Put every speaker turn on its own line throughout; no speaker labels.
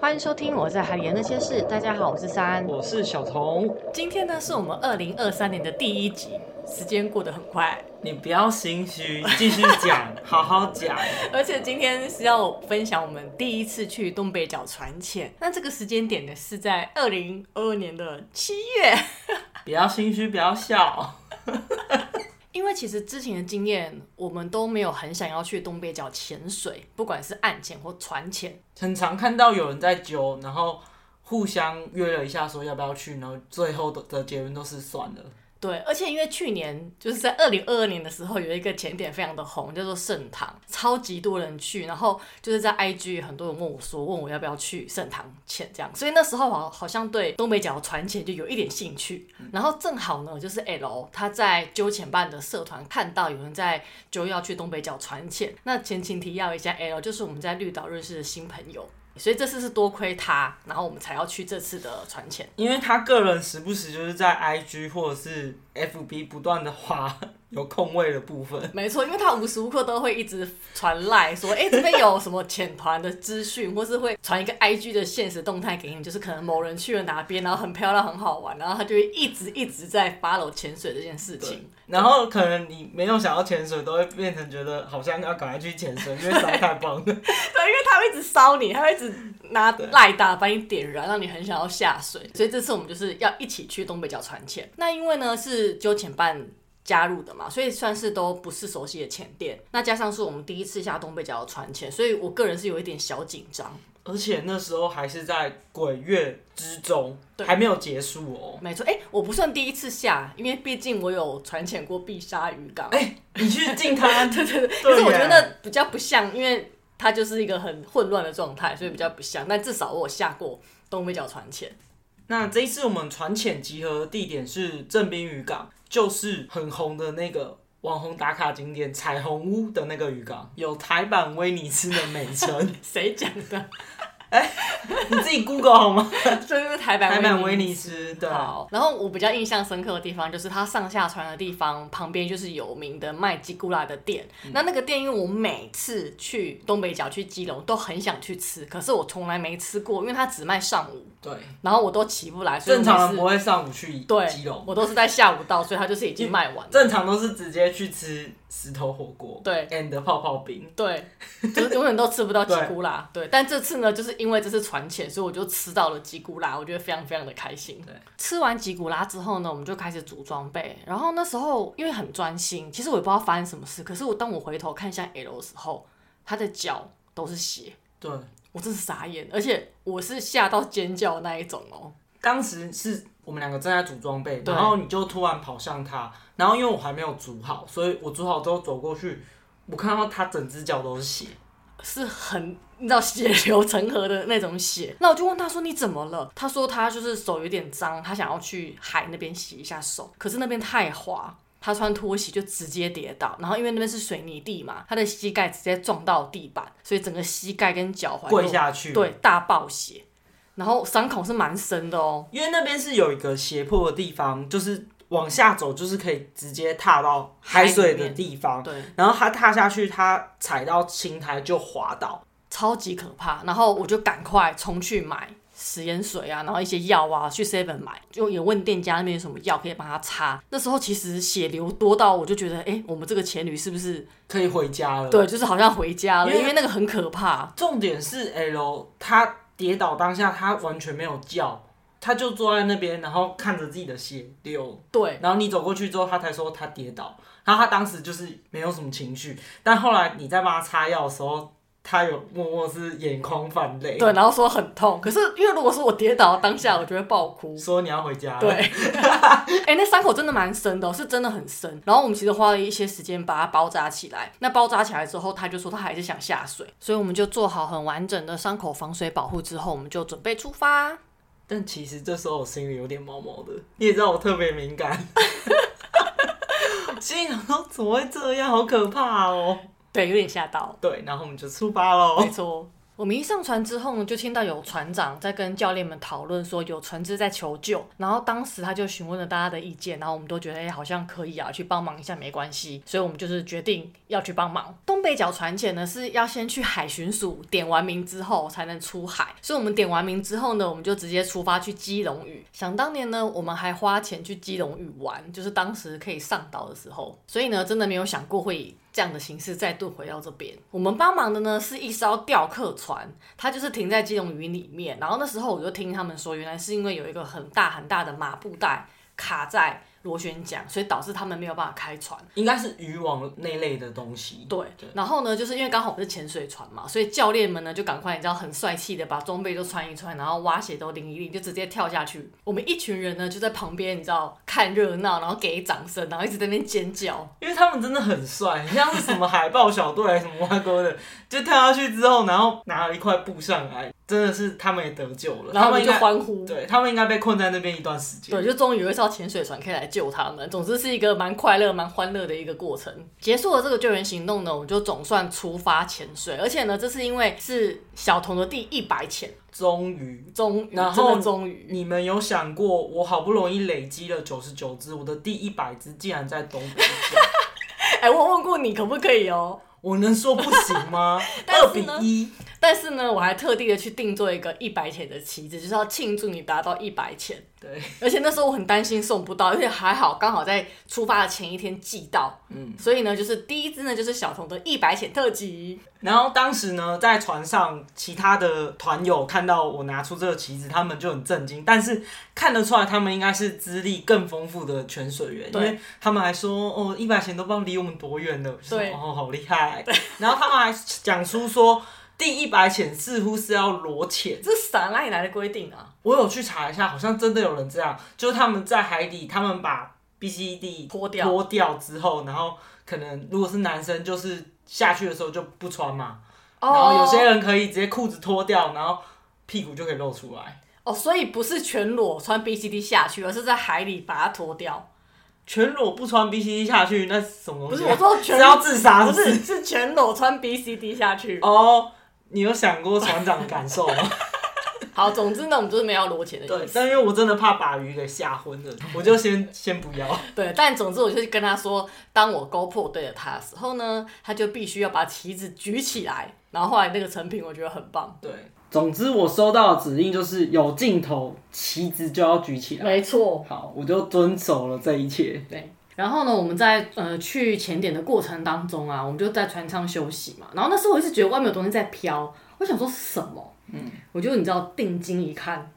欢迎收听《我在海里的那些事》。大家好，我是三。
我是小童，
今天呢，是我们二零二三年的第一集，时间过得很快。
你不要心虚，继续讲，好好讲。
而且今天是要分享我们第一次去东北角船潜，那这个时间点呢是在二零二二年的七月，
不要心虚，不要笑。
因为其实之前的经验，我们都没有很想要去东北角潜水，不管是岸潜或船潜。
很常看到有人在揪，然后互相约了一下，说要不要去，然后最后的的结论都是算了。
对，而且因为去年就是在二零二二年的时候，有一个潜点非常的红，叫做盛唐，超级多人去。然后就是在 IG 很多人问我说，问我要不要去盛唐潜这样，所以那时候好好像对东北角船潜就有一点兴趣。然后正好呢，就是 L 他在纠潜办的社团看到有人在就要去东北角船潜，那前情提要一下，L 就是我们在绿岛认识的新朋友。所以这次是多亏他，然后我们才要去这次的船潜。
因为他个人时不时就是在 IG 或者是 FB 不断的划有空位的部分，
没错，因为他无时无刻都会一直传赖说，哎、这边有什么潜团的资讯，或是会传一个 IG 的现实动态给你，就是可能某人去了哪边，然后很漂亮、很好玩，然后他就会一直一直在 follow 潜水这件事情。
然后可能你没有想要潜水，都会变成觉得好像要赶快去潜水，因为实在太棒了。
对，因为他会一直烧你，他会一直拿赖打把你点燃，让你很想要下水。所以这次我们就是要一起去东北角船潜。那因为呢是纠潜办加入的嘛，所以算是都不是熟悉的潜店。那加上是我们第一次下东北角船潜，所以我个人是有一点小紧张。
而且那时候还是在鬼月之中，还没有结束哦。
没错，哎、我不算第一次下，因为毕竟我有船潜过碧沙渔港。
哎、你去进他，
对对对，
对
可是我觉
耶
得那比较不像，因为它就是一个很混乱的状态，所以比较不像。但至少我有下过东北角船潜，
那这一次我们船潜集合的地点是正滨渔港，就是很红的那个网红打卡景点彩虹屋的那个渔港，有台版威尼斯的美 称。
谁讲的？
你自己 Google 好吗？
就是台
台版
版
威
威
尼
尼斯。
斯，对，
好，然后我比较印象深刻的地方就是它上下船的地方旁边就是有名的卖鸡骨辣的店。
嗯
那那个店，因为我每次去东北角、去基隆都很想去吃，可是我从来没吃过，因为它只卖上午，
对，
然后我都起不来，所以我
正常
每
人
次
不会上午去
对，
基隆，
我都是在下午到，所以它就是已经卖完了。
正常都是直接去吃石头火锅，
对
，and 泡泡冰。
对，就是永远都吃不到鸡骨辣。对，但这次呢，就是因为这次船潜，所以我就吃到了鸡骨辣，我觉得非常非常的开心。
对，
吃完鸡骨辣之后呢，我们就开始组装备。然后那时候因为很专心，其实我也不知道发生什么事，可是我当我回头看向 L 的时候，他的脚都是血，
对，
我真是傻眼，而且我是吓到尖叫那一种哦。
当时是我们两个正在组装备，
对
然后你就突然跑向他，然后因为我还没有组好，所以我组好之后走过去，我看到他整只脚都是血，
是很你知道血流成河的那种血。 那我就问他说你怎么了？他说他就是手有点脏，他想要去海那边洗一下手，可是那边太滑。他穿拖鞋就直接跌倒，然后因为那边是水泥地嘛，他的膝盖直接撞到地板，所以整个膝盖跟脚踝
跪
都
下去。，
对大爆血，然后伤口是蛮深的哦。
因为那边是有一个斜坡的地方，就是往下走，就是可以直接踏到海水的地方。
对，
然后他踏下去，他踩到青苔就滑倒。
超级可怕。然后我就赶快冲去买食盐水啊，然后一些药啊，去 Seven 买，就也问店家那边有什么药可以帮他擦。那时候其实血流多到我就觉得，哎、我们这个前女是不是
可以回家了。
对，就是好像回家了，
因为
因为那个很可怕。
重点是 L 他跌倒当下，他完全没有叫，他就坐在那边，然后看着自己的血流
对，
然后你走过去之后，他才说他跌倒，然后他当时就是没有什么情绪，但后来你在帮他擦药的时候，他有默默是眼眶泛泪，
对，然后说很痛，可是因为如果说我跌倒当下，我就会爆哭。
说你要回家了。
对， 哎、那伤口真的蛮深的哦、是真的很深。然后我们其实花了一些时间把它包扎起来。那包扎起来之后，他就说他还是想下水，所以我们就做好很完整的伤口防水保护之后，我们就准备出发。
但其实这时候我心里有点毛毛的，你也知道我特别敏感，心里想说怎么会这样，好可怕哦。
对，有点吓到，
对，然后我们就出发喽
没。错。我们一上船之后呢，就听到有船长在跟教练们讨论说有船只在求救，然后当时他就询问了大家的意见，然后我们都觉得哎、好像可以啊，去帮忙一下没关系，所以我们就是决定要去帮忙。东北角船潜呢是要先去海巡署点完名之后才能出海，所以我们点完名之后呢，我们就直接出发去基隆屿。想当年呢，我们还花钱去基隆屿玩，就是当时可以上岛的时候，所以呢，真的没有想过会以这样的形式再度回到这边。我们帮忙的呢是一艘吊客船，它就是停在基隆屿里面。然后那时候我就听他们说，原来是因为有一个很大很大的麻布袋卡在螺旋桨，所以导致他们没有办法开船。
应该是渔网那类的东西。
对，然后呢，就是因为刚好我们是潜水船嘛，所以教练们呢就赶快，你知道很帅气的把装备都穿一穿，然后蛙鞋都拎一拎，就直接跳下去。我们一群人呢就在旁边，你知道看热闹，然后给掌声，然后一直在那边尖叫。
因为他们真的很帅，很像是什么海豹小队还是什么外国的，就跳下去之后，然后拿了一块布上来，真的是他们也得救了。
然后我们就
他们
欢呼
应该，对他们应该被困在那边一段时间。
对，就终于有一艘潜水船可以来救他们。总之是一个蛮快乐、蛮欢乐的一个过程。结束了这个救援行动呢，我们就总算出发潜水，而且呢，这是因为是小童的第一百潜，
终于，
终于，
然
真
后
的终于。
你们有想过，我好不容易累积了九十九只，我的第一百只竟然在东北角，
哎、我问过你可不可以哦，
我能说不行吗？
但
二
是
比
呢
一，
但是呢，我还特地的去定做一个一百潜的旗子，就是要庆祝你达到一百潜。
对，
而且那时候我很担心送不到，而且还好刚好在出发的前一天寄到。嗯，所以呢，就是第一支呢就是小童的一百潜特辑。
然后当时呢，在船上，其他的团友看到我拿出这个旗子，他们就很震惊。但是看得出来，他们应该是资历更丰富的潜水员，因
对
为他们还说：“哦，一百潜都不知道离我们多远了。”我就说
对
哦，好厉害。然后他们还讲出说，第一百潜似乎是要裸潜。
这是哪里来的规定啊？
我有去查一下，好像真的有人这样，就是他们在海底，他们把 B C D
脱掉
脱掉之后，然后可能如果是男生，就是下去的时候就不穿嘛。然后有些人可以直接裤子脱掉，然后屁股就可以露出来。
哦，所以不是全裸穿 B C D 下去，而是在海里把它脱掉。
全裸不穿 B C D 下去，那是什么
不
东
是
西、
我
啊？
说全
是要自杀
不
是不
是是全裸穿 B C D 下去。
哦，你有想过船长的感受 吗？
好，总之呢，我们就是没有要裸潜的
对
意，思。
但因为我真的怕把鱼给吓昏 了，我就先先不要。
对，但总之我就跟他说，当我勾破对着他的时候呢，他就必须要把旗子举起来。然后后来那个成品我觉得很棒，
对，总之我收到的指令就是有镜头，旗子就要举起来。
没错，
好，我就遵守了这一切。
对。然后呢，我们在呃去潜点的过程当中啊，我们就在船上休息嘛。然后那时候我一直觉得外面有东西在飘，我想说什么？嗯，我就你知道定睛一看，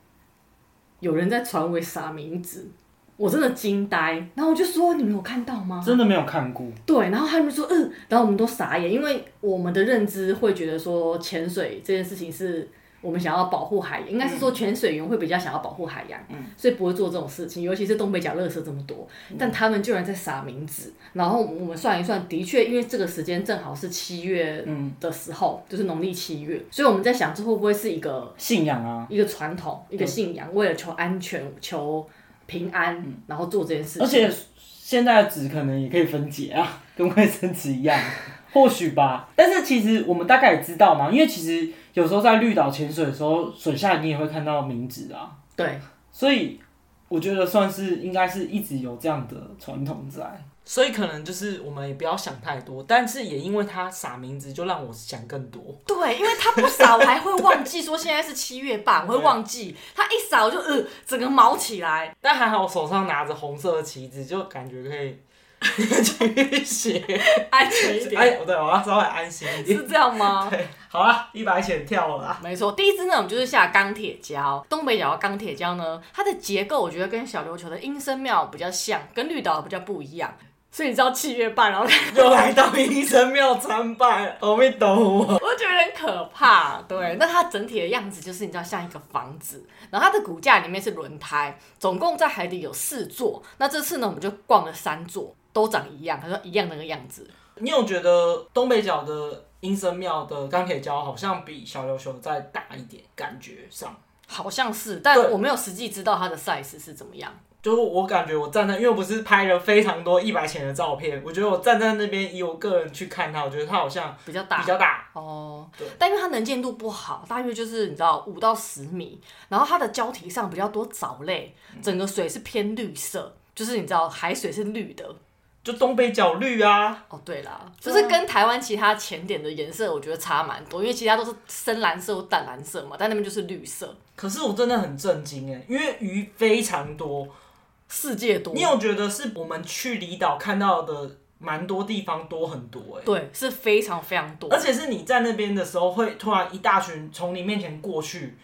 有人在船尾撒名字，我真的惊呆。然后我就说：“你们有看到吗？”
真的没有看过，
对，然后他们说，嗯，然后我们都傻眼，因为我们的认知会觉得说潜水这件事情是我们想要保护海洋，应该是说潜水员会比较想要保护海洋，所以不会做这种事情，尤其是东北角垃圾这么多，但他们居然在撒名字，然后我们算一算，的确因为这个时间正好是七月的时候，就是农历七月，所以我们在想这会不会是一个
信仰啊，
一个传统，一个信仰，为了求安全、求平安，然后做这件事情。
且现在的纸可能也可以分解啊， 跟卫生纸一样， 或许吧。但是其实我们大概也知道嘛，因为其实有时候在绿岛潜水的时候，水下你也会看到名纸啊，
对。
所以我觉得算是应该是一直有这样的传统在。所以可能就是我们也不要想太多，但是也因为他撒名字，就让我想更多。
对，因为他不扫，我还会忘记说现在是七月半，我会忘记。他一扫我就呃，整个毛起 来。
但还好我手上拿着红色的旗子，就感觉可以 去写。
安全一点，
哎，对，我要稍微安心一点。
是这样吗？
对，哎好啦，一百潜跳了啦。
没错，第一支呢，我们就是下钢铁胶。东北角的钢铁胶呢，它的结构我觉得跟小琉球的阴森庙比较像，跟绿岛比较不一样。所以你知道七月半，然后
又来到医生庙参拜，哦阿弥陀佛。
我觉得很可怕。对，那它整体的样子就是你知道像一个房子，然后它的骨架里面是轮胎，总共在海底有四座。那这次呢，我们就逛了三座，都长一样，他说一样那个样子。
你有觉得东北角的阴森庙的钢铁胶好像比小琉球再大一点，感觉上？
好像是，但
对
我没有实际知道它的 size 是怎么样。
就我感觉我站在，因为我不是拍了非常多一百钱的照片，我觉得我站在那边，以我个人去看它，我觉得它好像
比较大
比较大，
哦
对，
但因为它能见度不好，大约就是你知道五到十米，然后它的胶体上比较多藻类，整个水是偏绿色，就是你知道海水是绿的。
就东北角绿啊，
哦，对啦，
对
就
啊
是跟台湾其他浅点的颜色，我觉得差蛮多，因为其他都是深蓝色或淡蓝色嘛，但那边就是绿色，
可是我真的很震惊哎，因为鱼非常多，
世界多
你。有觉得是我们去离岛看到的蛮多地方多很多哎、
对，是非常非常多
而。且是你在那边的时候会突然一大群从你面前过去，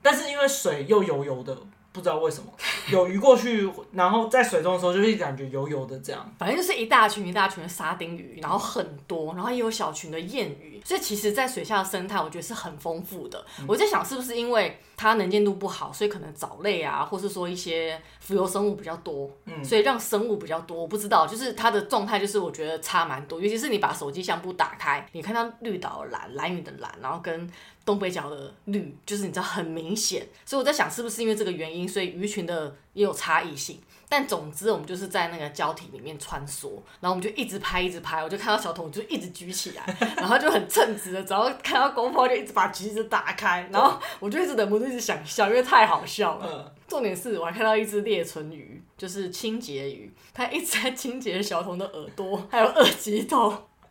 但是因为水又油油的，不知道为什么有鱼过去，然后在水中的时候就会感觉油油的这样。
反正就是一大群一大群的沙丁鱼，然后很多，然后也有小群的燕鱼，所以其实，在水下的生态，我觉得是很丰富的。我在想，是不是因为它能见度不好，所以可能藻类啊，或是说一些浮游生物比较多，
嗯
所以让生物比较多。我不知道，就是它的状态，就是我觉得差蛮多。尤其是你把手机相簿打开，你看到绿岛的蓝、蓝屿的蓝，然后跟东北角的绿，就是你知道很明显。所以我在想，是不是因为这个原因，所以鱼群的也有差异性。但总之，我们就是在那个胶体里面穿梭，然后我们就一直拍，一直拍。我就看到小童就一直举起来，然后就很称职的，只要看到公婆就一直把橘子打开，然后我就一直忍不住一直想笑，因为太好笑了。
嗯，
重点是我还看到一只裂唇鱼，就是清洁鱼，它一直在清洁小童的耳朵，还有耳机头，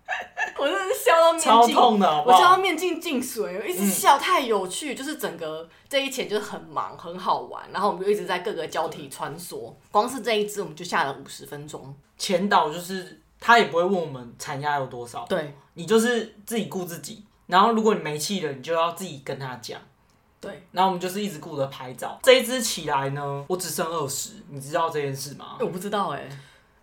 我真的是笑到面
超
镜
痛的好不
我笑到
好？
面镜进水，我一直笑，太有趣，就是整个这一前就是很忙，很好玩，然后我们就一直在各个交替穿梭，光是这一支我们就下了五十分钟，
前导就是他也不会问我们产压有多少，
对
你就是自己顾自己，然后如果你没气了，你就要自己跟他讲。
对，
然后我们就是一直顾着拍照。这一支起来呢，我只剩二十，你知道这件事吗？
我不知道哎、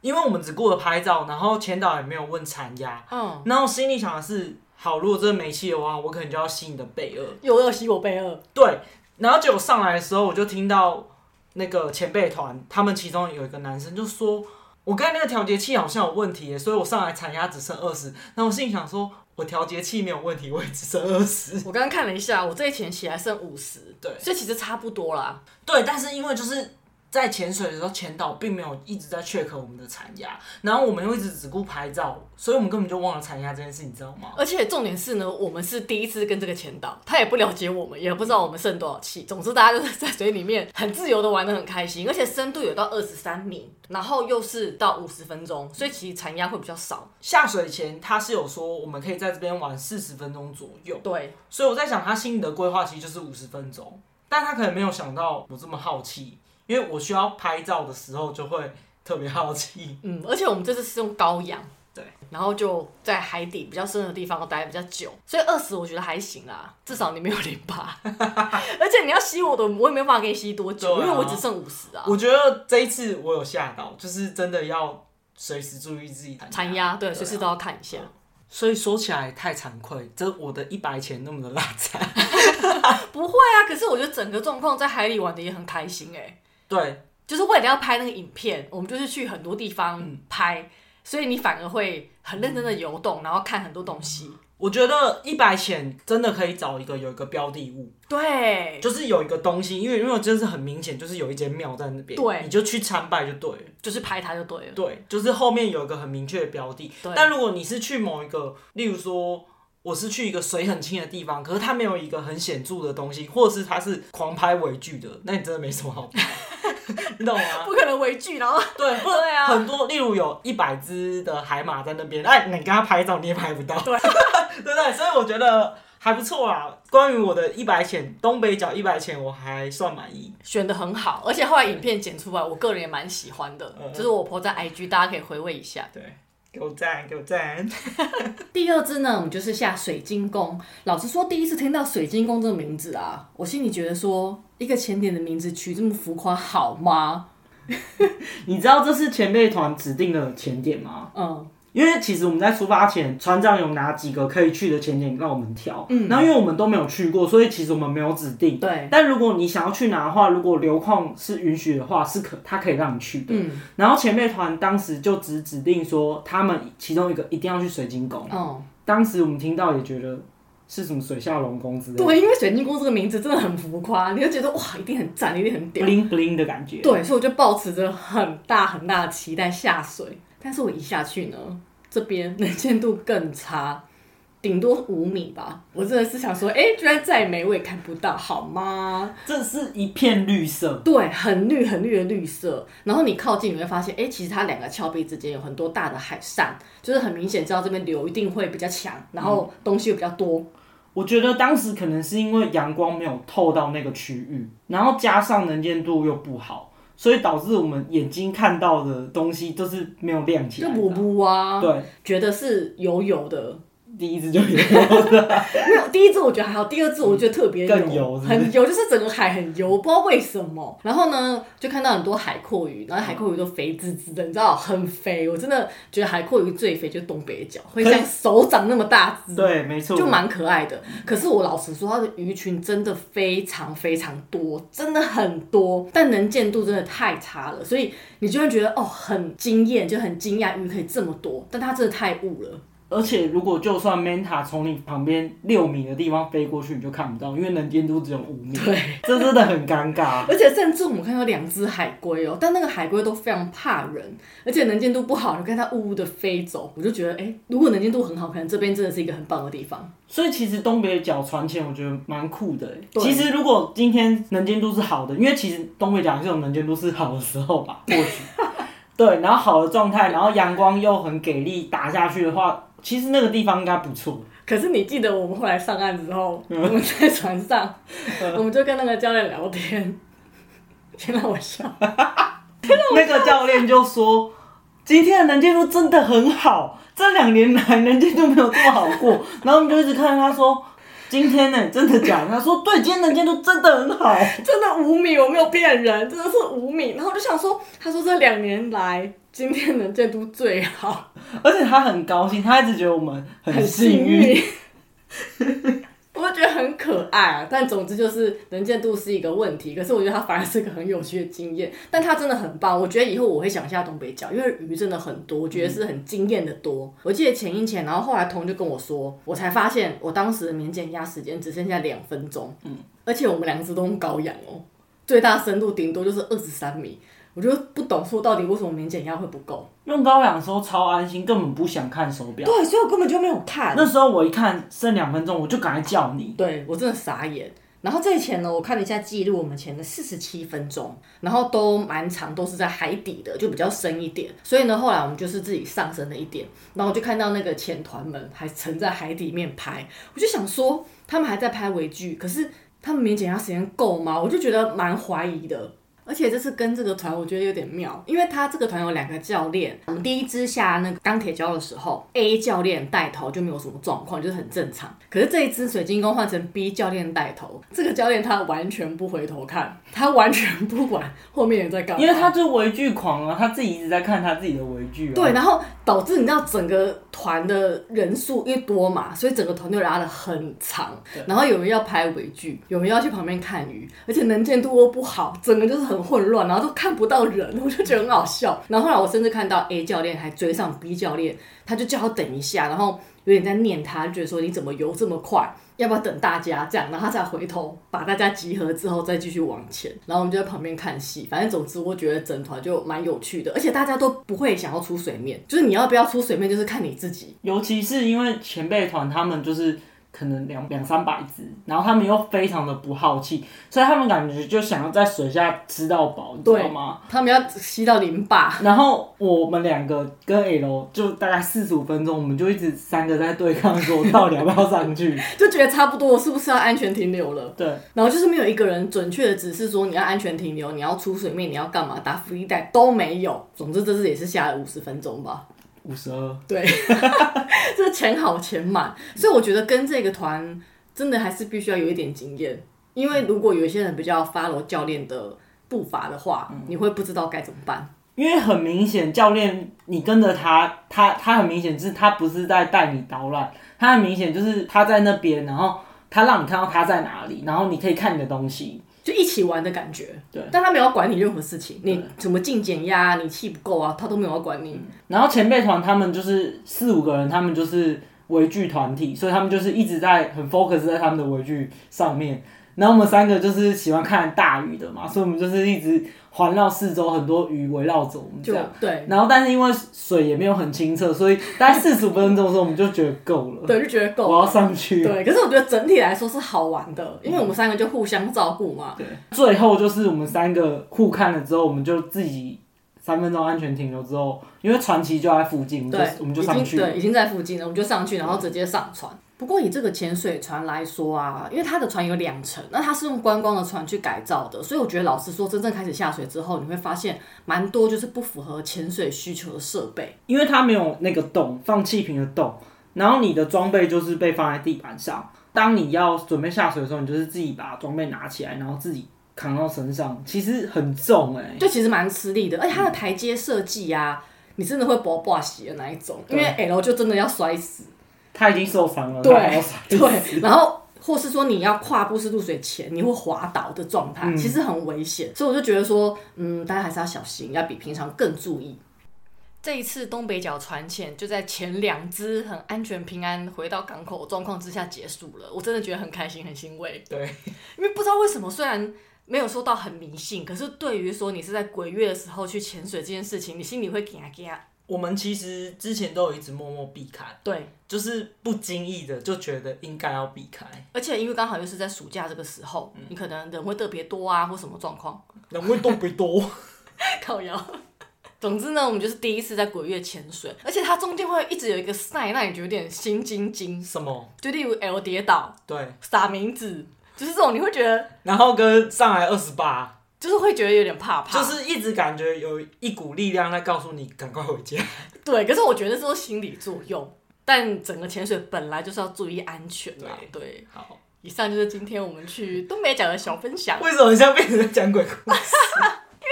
因为我们只顾着拍照，然后前导也没有问产压，
嗯，
然后我心里想的是，好，如果真的没气的话，我可能就要吸你的背二。
又要吸我背二，
对，然后结果上来的时候，我就听到那个前辈团，他们其中有一个男生就说：“我刚才那个调节器好像有问题耶，所以我上来产压只剩二十。”然后我心里想说：“我调节器没有问题，我也只剩 二十。
我刚刚看了一下，我这一前起来剩五十，”
对
所以其实差不多啦，
对，但是因为就是。在潜水的时候，前导并没有一直在 check 我们的产压，然后我们又一直只顾拍照，所以我们根本就忘了产压这件事，你知道吗？
而且重点是呢，我们是第一次跟这个前导，他也不了解我们，也不知道我们剩多少气。总之，大家就是在水里面很自由的玩的很开心，而且深度有到二十三米，然后又是到五十分钟，所以其实残压会比较少。
下水前他是有说我们可以在这边玩四十分钟左右，
对，
所以我在想他心里的规划其实就是五十分钟，但他可能没有想到我这么好奇，因为我需要拍照的时候就会特别 好奇。
嗯，而且我们这次是用高氧，
对，
然后就在海底比较深的地方待比较久，所以二十我觉得还行啦，至少你没有淋巴， 而且你要吸我的，我也没办法给你吸多久，
对啊
因为我只剩五十啊。
我觉得这一次我有吓到，就是真的要随时注意自己 的
残压对，随时都。要看一
啊
下。
所以说起来太惭愧，这我的一百钱那么的拉惨。
不会啊，可是我觉得整个状况在海里玩的也很开心哎、
对，
就是为了要拍那个影片，我们就是去很多地方拍，
嗯
所以你反而会很认真的游动，然后看很多东西。
我觉得一百钱真的可以找一个有一个标的物，
对，
就是有一个东西，因为因为真的是很明显，就是有一间庙在那边，
对
你就去参拜就对了。
就是拍它就对了。
对，就是后面有一个很明确的标的。
对
但如果你是去某一个，例如说我是去一个水很清的地方，可是它没有一个很显著的东西，或者是它是狂拍微距的，那你真的没什么好 拍，你懂吗？
不可能围剧，然后
啊对，或
对啊
很多，例如有一百只的海马在那边，哎，你跟它拍照你也拍不到，
对
对不对？所以我觉得还不错啦。关于我的一百潜，东北角一百潜，我还算满意。
选的很好，而且后来影片剪出来，我个人也蛮喜欢的，
嗯嗯
就是我 po 在 IG，大家可以回味一下。
对，给我赞，给我赞。
第二支呢，我们就是下水晶宫。老实说，第一次听到水晶宫这个名字啊，我心里觉得说，一个前点的名字取这么浮夸好吗？
你知道这是前辈团指定的前点吗？
嗯，
因为其实我们在出发前，船长有哪几个可以去的前点让我们挑，嗯，然后因为我们都没有去过，所以其实我们没有指定。
对，
但如果你想要去哪的话，如果流况是允许的话，是可他可以让你去的。
嗯
然后前辈团当时就只
哦
指定说，他们其中一个一定要去水晶宫。
嗯，
当时我们听到也觉得
是什么水下龙宫之类的
对，因为水晶宫这个名字真的很浮夸，你就觉得哇，一定很赞，一定很屌。
，bling bling 的感觉。
对，所以我就抱持着很大很大的期待下水，但是我一下去呢，这边能见度更差，顶多五米吧。我真的是想说，哎、居然再美我也看不到，好吗？
这是一片绿色，
对，很绿很绿的绿色，然后你靠近你会发现，哎、其实它两个峭壁之间有很多大的海扇，就是很明显知道这边流一定会比较强，然后
嗯
东西又比较多。
我觉得当时可能是因为阳光没有透到那个区域，然后加上能见度又不好，所以导致我们眼睛看到的东西都是没有亮起
就
来
补
的。
补啊，
对，
觉得是油油的，
第一只就 有。
没有，第一次我觉得还好，第二次我觉得特别
更油是不是
很油，就是整个海很油，不知道为什么。然后呢，就看到很多海阔鱼，然后海阔鱼都
嗯
肥滋滋的，你知道，很肥。我真的觉得海阔鱼最肥就是东北角，会像手掌那么大只，
对，没错。
就蛮可爱的。可是我老实说，它的鱼群真的非常非常多，真的很多，但能见度真的太差了，所以你就会觉得哦，很惊艳，就很惊讶鱼可以这么多，但它真的太雾了。
而且如果就算 Manta 从你旁边六米的地方飞过去，你就看不到，因为能见度只有五米。
对，
这真的很尴尬。
而且甚至我们看到两只海龟哦，但那个海龟都非常怕人，而且能见度不好，你看它呜呜的飞走，我就觉得，哎、如果能见度很好，可能这边真的是一个很棒的地方。
所以其实东北角船潜我觉得蛮酷的欸。
对
其实如果今天能见度是好的，因为其实东北角这种能见度是好的时候吧，或许 对，然后好的状态，然后阳光又很给力打下去的话，其实那个地方应该不错。
可是你记得我们后来上岸之后，我们在船上， 我们就跟那个教练聊天，先让我笑。
那个教练就说，今天的能见度真的很好，这两年来能见度没有这么好 过。然后我们就一直看着他说。今天呢、真的假的？他说对，今天能见度真的很 好。
真的五米，我没有骗人，真的是五米。然后我就想说，他说这两年来今天能见度最好，
而且他很高兴，他一直觉得我们很
很
幸
幸
运。
运。 我就觉得很可爱啊，但总之就是能见度是一个问题，可是我觉得它反而是个很有趣的经验，但它真的很棒，我觉得以后我会想下东北角，因为鱼真的很多，我觉得是很惊艳的多。我记得前一前，然后后来彤就跟我说，我才发现我当时的免减压时间只剩下两分钟，嗯，而且我们两只都用高氧哦，最大深度顶多就是二十三米，我就不懂说到底为什么免减压会不够，
用高氧的时候超安心，根本不想看手表。
对，所以我根本就没有看
那时候我一看剩两分钟，我就赶快叫你。
对我真的傻眼。然后这前呢，我看了一下记录，我们前的四十七分钟，然后都蛮长，都是在海底的，就比较深一点。所以呢，后来我们就是自己上升了一点，然后我就看到那个潜团们还沉在海底面拍，我就想说他们还在拍微距，可是他们免检查时间够吗？我就觉得蛮怀疑的。而且这次跟这个团，我觉得有点妙，因为他这个团有两个教练。我们第一支下那个钢铁礁的时候，A 教练带头就没有什么状况，就是很正常。可是这一支水晶宫换成 B 教练带头，这个教练他完全不回头看，他完全不管后面人在干嘛，
因为他就是微剧狂啊，他自己一直在看他自己的微剧啊。
对，，然后导致你知道整个团的人数因为多嘛，所以整个团队拉的很长。然后有人要拍尾剧，有人要去旁边看鱼，而且能见度又不好，整个就是很混乱，然后都看不到人，我就觉得很好笑。然后后来我甚至看到 A 教练还追上 B 教练，他就叫他等一下，然后有点在念他，就觉得说你怎么游这么快？要不要等大家这样？然后他再回头把大家集合之后再继续往前，然后我们就在旁边看戏。反正总之，我觉得啊整团就蛮有趣的，而且大家都不会想要出水面，就是你要不要出水面，就是看你自己。
尤其是因为前辈团他们就是可能两两三百只，然后他们又非常的不好气，所以他们感觉就想要在水下吃到饱，你知道吗？
他们要吸到零霸，
然后我们两个跟 L 就大概四十五分钟，我们就一直三个在对抗，说到底要不要上去？
就觉得差不多，是不是要安全停留了？
对，
然后就是没有一个人准确的指示说你要安全停留，你要出水面，你要干嘛打浮力带都没有。总之这次也是下了五十分钟吧。
五十二。
对， 这钱好钱满，所以我觉得跟这个团真的还是必须要有一点经验，因
嗯
为如果有一些人比较 follow 教练的步伐的话，
嗯
你会不知道该怎么办。
因为很明显，教练你跟着他，他他很明显是他不是在带你捣乱，他很明显就是他在那边，然后他让你看到他在哪里，然后你可以看你的东西。
就一起玩的感觉，
对
但他没有要管你任何事情，你什么进减压啊，你气不够啊，他都没有要管你，
然后前辈团他们就是四五个人，他们就是围剧团体，所以他们就是一直在很 focus 在他们的围剧上面。然后我们三个就是喜欢看大鱼的嘛，所以我们就是一直环绕四周，很多鱼围绕着我们这
就
样。
对
然后，但是因为水也没有很清澈，所以大概四十分钟的时候，我们就觉得够了，
对，就觉得够了。
我要上去了。
对，可是我觉得整体来说是好玩的，因为我们三个就互相照顾嘛。
对，最后就是我们三个互看了之后，我们就自己三分钟安全停留之后，因为传奇就在附近，我们
对
就，我们就
已
上
经
去了。
对，已经在附近了，我们就上去，然后直接上船。不过以这个潜水船来说啊，因为它的船有两层，那它是用观光的船去改造的，所以我觉得老实说，真正开始下水之后，你会发现蛮多就是不符合潜水需求的设备。
因为它没有那个洞，放气瓶的洞，然后你的装备就是被放在地板上。当你要准备下水的时候，你就是自己把装备拿起来，然后自己扛到身上，其实很重哎、
就其实蛮吃力的，而且它的台阶设计啊，你真的会薄挂洗的那一种，因为 L 就真的要摔死，
他已经受伤了，他还要
对
摔
对，然后。或是说你要跨步式入水前，你会滑倒的状态，其实很危险，所以我就觉得说，嗯，大家还是要小心，要比平常更注意。这一次东北角船潜就在前两只很安全平安回到港口的状况之下结束了，我真的觉得很开心，很欣慰。
对，
因为不知道为什么，虽然没有说到很迷信，可是对于说你是在鬼月的时候去潜水这件事情，你心里会惊啊惊啊。
我们其实之前都有一直默默避开，
对，
就是不经意的就觉得应该要避 开，
而且因为刚好又是在暑假这个时候，你可能人会特别多啊，或什么状况，
人会多不多？
靠腰。 总之呢，我们就是第一次在鬼月潜水，而且它中间会一直有一个赛，让你就有点心惊 惊。
什么？
就例如 L 跌倒、
对，
撒名字，就是这种你会觉得，
然后跟上来二十八，
就是会觉得有点怕怕。
就是一直感觉有一股力量在告诉你赶快回家。
对，可是我觉得这都是心理作用，但整个潜水本来就是要注意安全啦。对，
好，
以上就是今天我们去东北角的小分享，
为什么现在变成在讲鬼故事？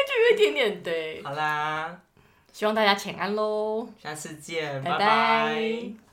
就有一点点对，
好啦，
希望大家潜安喽，
下次见，
拜
拜
拜